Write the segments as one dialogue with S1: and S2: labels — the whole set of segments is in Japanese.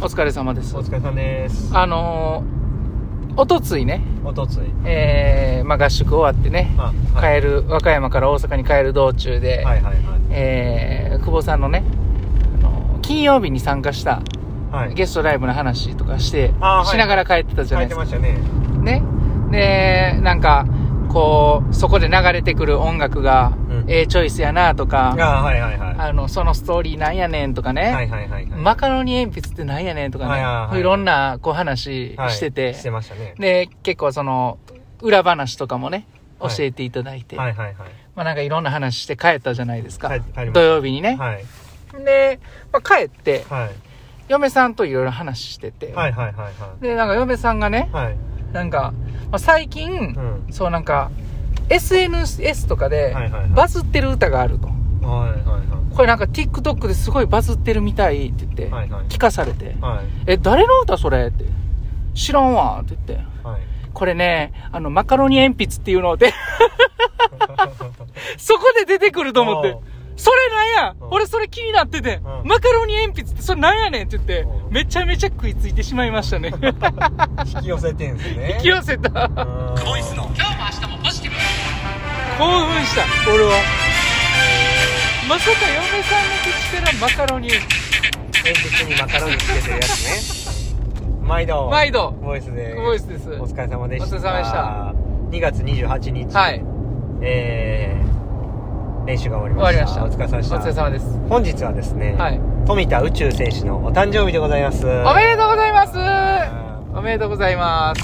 S1: お疲れ様です
S2: お。疲れさんです
S1: あのー、おとついね、
S2: おとつい
S1: えー、まあ合宿終わってね、
S2: あはい
S1: 帰る、和歌山から大阪に帰る道中で、
S2: はいはい
S1: えー、久保さんのね、あのー金曜日に参加した
S2: はいはい
S1: ゲストライブの話とかして、
S2: あーはい
S1: しながら帰ってたじゃ
S2: 書
S1: ないい
S2: て
S1: です
S2: ま
S1: か。
S2: したね
S1: ね。で、なんか、こう、そこで流れてくる音楽が、
S2: うん
S1: ええチョイスやなと
S2: あ
S1: か、
S2: はいはいはいは
S1: あの、そのストーリーなんやねんとかね、
S2: いはいはいはい
S1: マカロニ鉛筆ってなんやねんとかね、
S2: はいいはいはい
S1: ろんなこう話
S2: はい
S1: してて、
S2: してましたね
S1: で、結構その、裏話とかもね、教
S2: はい
S1: えていただいて、
S2: はいはいはい
S1: まあなんかいろんな話して帰ったじゃないですか。
S2: 帰帰りました
S1: 土曜日にね。
S2: はい
S1: で、まあ、帰って、
S2: はい
S1: 嫁さんといろいろ話してて、
S2: はいはいはいは
S1: で、なんか嫁さんがね
S2: い、はい
S1: なんか、まあ、最近、
S2: うん
S1: そうなんか、SNS とかで
S2: はいはいはい
S1: バズってる歌があると。
S2: はいはいは
S1: これなんか TikTok ですごいバズってるみたいって言って、
S2: はいはい
S1: 聞かされて、
S2: いはい
S1: え、誰の歌それって。知らんわって言って。
S2: はい
S1: これね、あの、マカロニ鉛筆っていうので、 そこで出てくると思って
S2: おう。
S1: それなんや
S2: うん
S1: 俺それ気になってて、
S2: うん
S1: マカロニ鉛筆ってそれなんやねんって言って
S2: お、う
S1: めちゃめちゃ食いついてしまいましたね。
S2: 引き寄せてんすね
S1: 引き寄せた。
S2: うん
S1: ボイスの今日も明日もポジティブ興奮した俺はまさか嫁さんの口からマカロニ
S2: 鉛筆にマカロニつけてるやつね毎度
S1: 毎度
S2: ボイスで
S1: ボイスです
S2: お疲れ様でした
S1: お疲れ様でした
S2: 2月28日
S1: はい
S2: えー、練習が終
S1: 終
S2: わ
S1: わ
S2: り
S1: りま
S2: まし
S1: したた
S2: お疲れ様でした
S1: お疲れ様です
S2: 本日はですね、
S1: はい
S2: 富田宇宙選手のお誕生日でございます
S1: おめでとうございま
S2: あ
S1: すおめでとうございます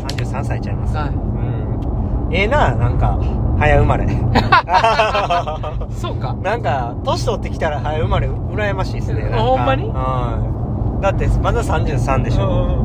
S2: 33歳ちゃいます、
S1: はい、は
S2: うん、ええななんか早生まれ
S1: い、そうか
S2: なんか年取ってきたら早生まれ羨ましいですねなんか
S1: ほんまに
S2: はいだってまだ33でしょ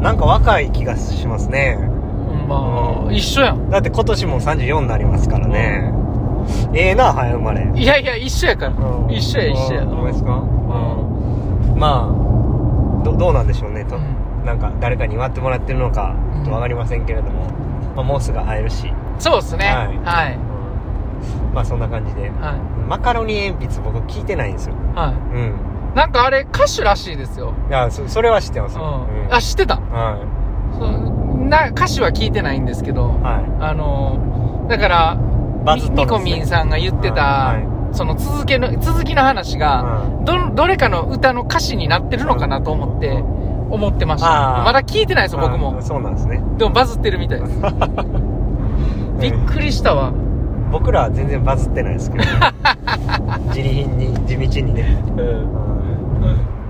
S1: う
S2: なんか若い気がしますね
S1: んまあ一緒やん
S2: だって今年も34になりますからねええな早生まれ
S1: いやいや一緒やから
S2: うん
S1: 一緒や一緒や
S2: うんほんまですか
S1: う
S2: まあどどうなんでしょうねと、
S1: うん
S2: なんか誰かに祝ってもらってるのか
S1: うん
S2: 分かりませんけれども、まあ、もうすぐ会えるし、
S1: んそうっすね
S2: は
S1: はいいはい
S2: まあそんな感じで
S1: は
S2: マカロニ鉛筆僕聞いてないんですよ
S1: い、
S2: うん
S1: なんかあれ歌手らしいですよ、
S2: いやそそれは知ってま
S1: う、
S2: すよ、うんん
S1: あ知ってた
S2: は
S1: そうな歌詞は聞いてないんですけど
S2: い、は
S1: あのーだから
S2: いバズっとるんですね
S1: みこみんさんが言ってた、
S2: はい
S1: その続けの続きの話が、
S2: うん
S1: どどれかの歌の歌詞になってるのかなと思って、思ってました
S2: あー
S1: まだ聞いてないですよ僕
S2: あ
S1: も
S2: そうなんですね
S1: でもバズってるみたい ですびっくりしたわ
S2: 僕らは全然バズってないで すけど、ね、地利品に地道にね、うん、い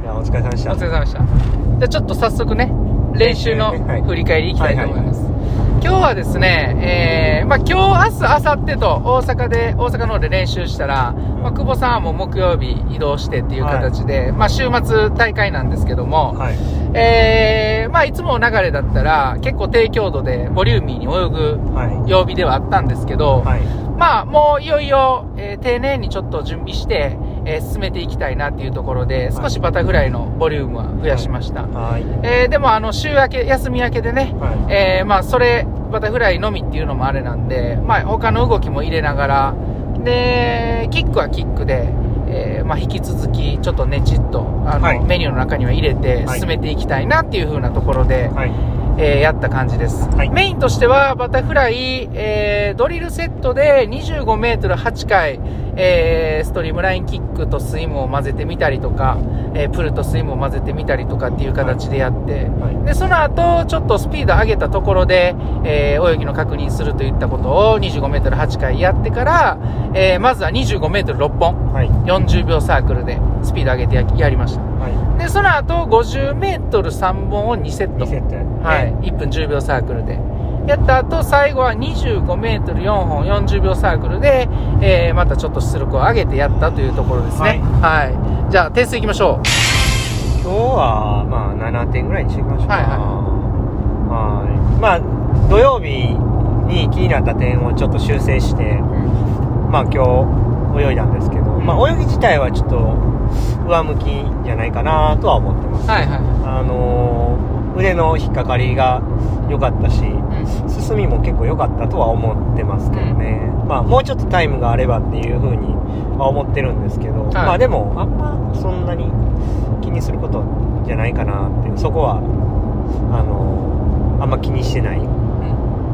S2: やお疲れ様でし
S1: お
S2: た
S1: 疲れ様でしたじゃあちょっと早速ね練習の振り返りいきたいと思います、今日はですね、えーまあ、今日、明日、明後日と大阪で、大阪の方で練習したら、まあ、久保さんはもう木曜日移動してっていう形で、まあ、週末大会なんですけども、
S2: はい
S1: えーまあ、いつもの流れだったら結構低強度でボリューミーに泳
S2: は
S1: ぐ曜日ではあったんですけど、
S2: いはい
S1: まあ、もういよいよ、えー丁寧にちょっと準備して、えー進めていきたいなっていうところで、少しバタフライのボリュームは増やしました。
S2: はい
S1: えーでも、あの、週明け、休み明けでね、
S2: はい
S1: えーまあ、それ、バタフライのみっていうのもあれなんで、まあ、他の動きも入れながら、で、キックはキックで、えーまあ、引き続き、ちょっとねちっと、あの、
S2: はい
S1: メニューの中には入れて
S2: はい
S1: 進めていきたいなっていう風なところで、
S2: はい
S1: えーやった感じです、
S2: はい
S1: メインとしてはバタフライ、えードリルセットで 25m8 回、えーストリームラインキックとスイムを混ぜてみたりとか、えープルとスイムを混ぜてみたりとかっていう形でやって、
S2: はい
S1: でその後ちょっとスピード上げたところで、えー泳ぎの確認するといったことを 25m8 回やってから、えーまずは 25m6 本
S2: はい
S1: 40秒サークルでスピード上げてややりました
S2: は
S1: でその後 50m3 本を2セッ
S2: い
S1: ト
S2: 2セットやって
S1: はい、1分10秒サークルで。やった後、最後は25メートル4本40秒サークルで、えー、またちょっと出力を上げてやったというところですね。はい。じゃあ、点数いきましょう。
S2: 今日はまあ7点ぐらいにしていきましょうか
S1: はいはい
S2: はいまあ土曜日に気になった点をちょっと修正してまあ今日泳いだんですけど、まあ、泳ぎ自体はちょっと上向きじゃないかなとは思ってます、
S1: はいは
S2: あのー腕の引っかかりが良かったし
S1: い。うん。
S2: 進みも結構良かったとは思ってますけどね、まあもうちょっとタイムがあればっていうふうには思ってるんですけど、まあでもあんまそんなににすることじゃないかなってそこはあのあんま気にしてない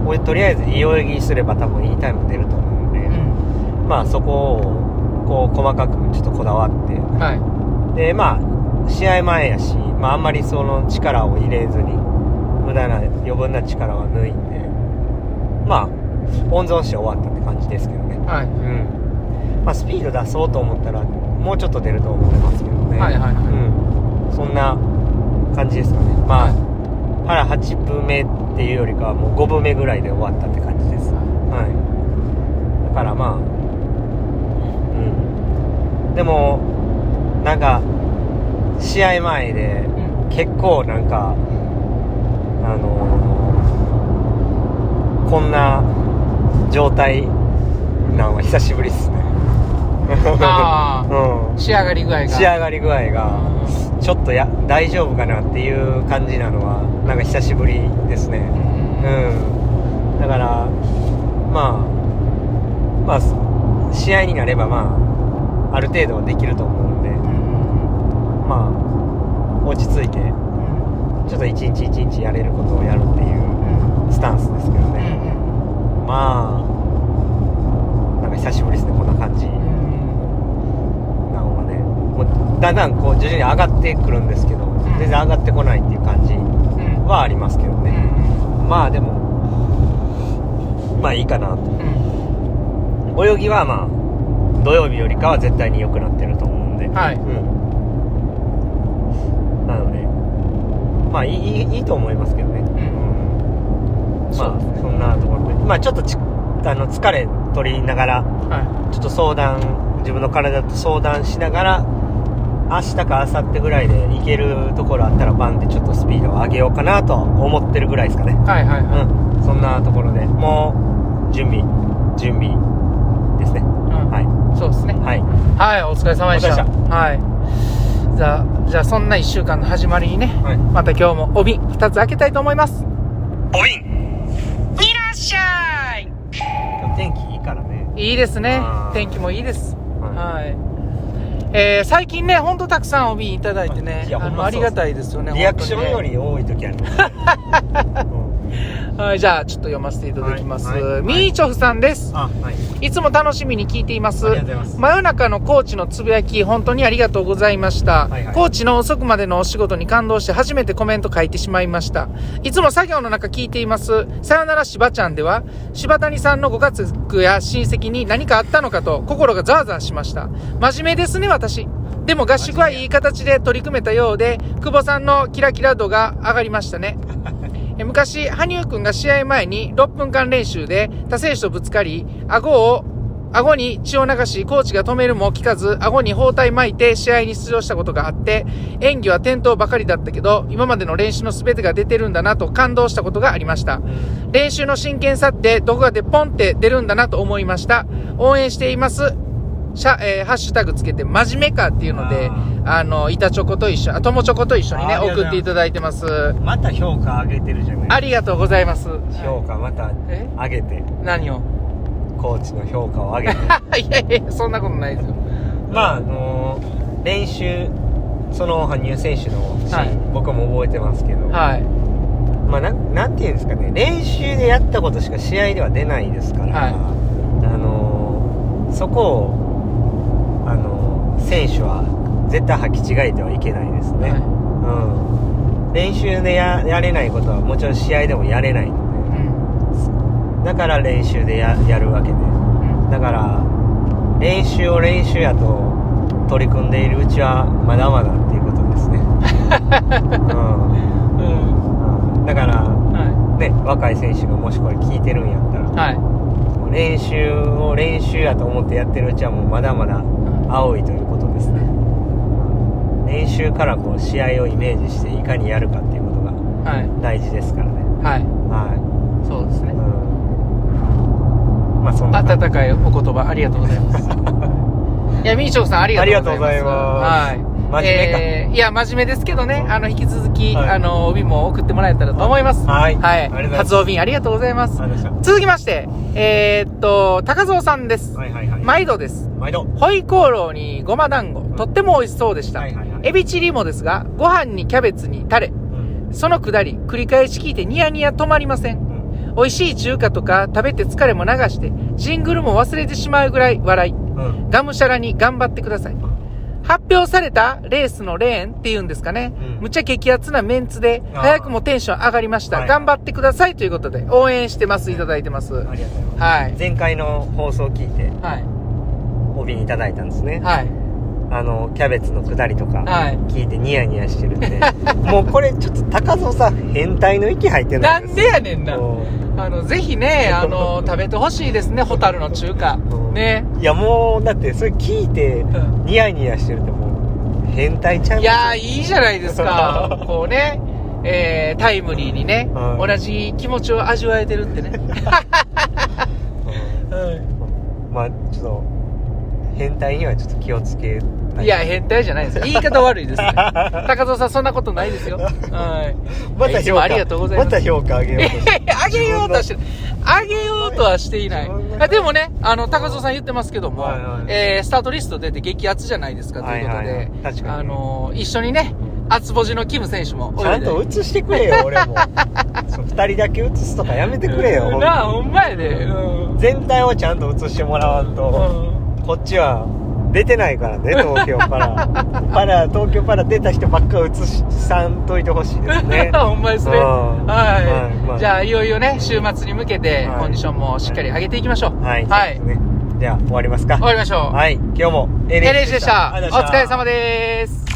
S2: 俺とりあえずいい泳ぎすれば多分いいタイム出ると思うんで、
S1: うん
S2: まあそこをこう細かくちょっとこだわって
S1: はい
S2: でまあ試合前やし、まあ、あんまりその力を入れずに無駄な余分な力は抜いてまあ温存して終わったって感じですけどね
S1: はい
S2: うんまあスピード出そうと思ったらもうちょっと出ると思いますけどね
S1: はいはいはい
S2: うん、そんな感じですかねまあ腹8分目っていうよりかはもう5分目ぐらいで終わったって感じですはいだからまあうんでもなんか試合前で
S1: うん
S2: 結構なんかあのーこんな状態なんは久しぶりっすね
S1: あ
S2: うん
S1: 仕上がり具合が
S2: 仕上がり具合が
S1: うん
S2: ちょっとや大丈夫かなっていう感じなのはなんか久しぶりですねうんだからまあまあす試合になればまあある程度はできると思うんでまあ落ち着いてちょっと一日一日やれることをやるっていうスタンスですけどね、まあなんか久しぶりですねこんな感じなのはねもうだんだんこう徐々に上がってくるんですけど
S1: ん
S2: 全然上がってこないっていう感じはありますけどね、まあでもまあいいかなと泳ぎはまあ土曜日よりかは絶対に良くなってると思うんで
S1: はい
S2: うんなのでまあいいいいいいと思いますけどね、うん
S1: そ
S2: ま
S1: う
S2: あ
S1: ですね
S2: そんなところでまあちょっとちあの疲れ取りながらちょっと相談自分の体と相談しながら明日か明後日ぐらいで行けるところあったらバンってちょっとスピードを上げようかなと思ってるぐらいですかね
S1: はいはいはい
S2: うん、そんなところでもう準備準備ですね、はい
S1: そうですね
S2: はい
S1: はいお疲れ様でした
S2: お疲れ
S1: はいじゃあじゃあそんな1週間の始まりにね
S2: はい
S1: また今日も帯2つ開けたいと思います
S2: おびん
S1: いらっしゃい
S2: 天気いいからね
S1: いいですね
S2: あー
S1: 天気もいいです
S2: は
S1: はいえー最近ねほんとたくさん帯いただいてね
S2: いや
S1: あ
S2: ほん
S1: の
S2: ま
S1: あり
S2: そうそう
S1: がたいですよね
S2: リアクションよ
S1: り
S2: り多い時ある、うん
S1: はい、じゃあちょっと読ませていただきます、
S2: はいはい
S1: ミーチョフさんです、
S2: あはい
S1: い、つも楽しみに聞いています
S2: ありがとうございます
S1: 真夜中のコーチのつぶやき本当にありがとうございました、
S2: はいはい
S1: コーチの遅くまでのお仕事に感動して初めてコメント書いてしまいましたいつも作業の中聞いていますさよならしばちゃんでは柴谷さんのご家族や親戚に何かあったのかと心がざわざわしました真面目ですね私でも合宿はいい形で取り組めたようで久保さんのキラキラ度が上がりましたねえ昔、羽生くんが試合前に6分間練習で他選手とぶつかり、顎を、顎に血を流し、コーチが止めるも聞かず、顎に包帯巻いて試合に出場したことがあって、演技は転倒ばかりだったけど、今までの練習の全てが出てるんだなと感動したことがありました。練習の真剣さって、どこかでポンって出るんだなと思いました。応援しています。しゃ、えーハッシュタグつけて、真面目かっていうので
S2: あ、ー
S1: あの、板チョコと一緒、あ、友チョコと一緒にね、
S2: あーありがとう
S1: 送
S2: ございます
S1: っていただいてます。
S2: また評価上げてるじゃな
S1: あ
S2: い
S1: りがとうございます。
S2: 評価また
S1: え
S2: 上げて
S1: 何を
S2: コーチの評価を 上げて
S1: いやいや、そんなことないですよ。
S2: まああのー練習その羽生選手のシーン、
S1: はい
S2: 僕も覚えてますけど、
S1: はい。
S2: まあ、なんなんていうんですかね練習でやったことしか試合では出ないですから、
S1: はい
S2: あのーそこを、あのー選手は絶対履き違えてはいけないですね、
S1: は
S2: うん、練習でややれないことはもちろん試合でもやれないの
S1: いうん
S2: でだから練習でややるわけで
S1: うん
S2: だから練習を練習やと取り組んでいるうちはまだまだっていうことで すね、うんうん、だから
S1: は
S2: ね、若い選手がもしこれ聞いてるんやったら
S1: い。はい。
S2: もう練習を練習やと思ってやってるうちはもうまだまだ青いということですね練習からこう試合をイメージしていかにやるかっていうことが
S1: はい。
S2: 大事ですからね
S1: はい。
S2: は
S1: そうです
S2: い、う
S1: ね。
S2: ん、まあそんな感じ
S1: 温 かいお言葉、ありがとうございます。いや、みーちょうさん、ありがとうございます。
S2: ありがとうございます
S1: はい。
S2: 真面目か
S1: えーいや、真面目ですけどね、あの、引き続き、
S2: はい
S1: あの、帯も送ってもらえたらと思います。
S2: はい
S1: は
S2: あり
S1: い。
S2: がとうございます
S1: 発音便ありがとうございます。
S2: ありがとうございま
S1: 続きまして、えーっと、高蔵さんです。
S2: したはいはいはい
S1: 毎度です。
S2: 毎度
S1: ホイコーローにごま団子、とっても美味しそうでした。
S2: はいはいはい
S1: エビチリもですが、ご飯にキャベツにタレ、
S2: うん
S1: そのくだり、繰り返し聞いてニヤニヤ止まりません。
S2: うん
S1: 美味しい中華とか食べて疲れも流して、ジングルも忘れてしまうぐらい笑い。
S2: うん
S1: がむしゃらに頑張ってください。発表されたレースのレーンっていうんですかね。
S2: うん
S1: むちゃ激アツなメンツで、
S2: あー
S1: 早くもテンション上がりました。
S2: はい
S1: 頑張ってくださいということで、応援してます、いただいてます。は
S2: ありがとうございます
S1: い。
S2: 前回の放送を聞いて
S1: はい。
S2: 帯にいただいたんですね、
S1: はい。
S2: あのキャベツのくだりとか
S1: はい
S2: 聞いてニヤニヤしてる んで、もうこれちょっと高蔵さん変態の息入ってな
S1: ないんでやねんな。
S2: こ
S1: あの、ぜひね、あの、食べてほしいですね、ホタルの中華
S2: う。
S1: ね。
S2: ういやもうだってそれ聞いて
S1: うん
S2: ニヤニヤしてるってもう変態ちゃうん
S1: いやー、いいじゃないです か。こうね、えー、タイムリーにね、
S2: はい
S1: 同じ気持ちを味わえてるってね。
S2: うんまあちょっと変態にはちょっと気をつけない
S1: いや、変態じゃないです。言い方悪いです ね。高蔵さん、そんなことないですよ。はい。
S2: また
S1: いつ
S2: 評
S1: も
S2: 価
S1: ありがとうございます。
S2: また評価上げよう として
S1: あげようとはしてない。あげようとはしていない
S2: 自分。の
S1: あでもね、あの、高蔵さん言ってますけども、
S2: はいはい
S1: えースタートリスト出て激アツじゃないですか、ということで、
S2: はいはいはい確かに
S1: あのー一緒にね、厚ぼじのキム選手も
S2: ちゃんと
S1: 打
S2: 映してくれよ俺 もそう二人だけ映すとかやめてくれよほん
S1: なあ、
S2: と
S1: ほんまやで。うん。
S2: 全体をちゃんと映してもらわんと、こっちは出てないからね東京から パラ東京パラ出た人ばっか映しさんといてほしいです ね
S1: ほんまですね。
S2: うん
S1: はい、
S2: はいまあ
S1: じゃあ、いよいよね、週末に向けて、
S2: はい
S1: コンディションもしっかり上げていきましょう。
S2: はい、
S1: はい。
S2: そうですね、じゃあ終わりますか
S1: 終わりましょう。
S2: はい今日も
S1: NH でした。お疲れ様
S2: で
S1: です。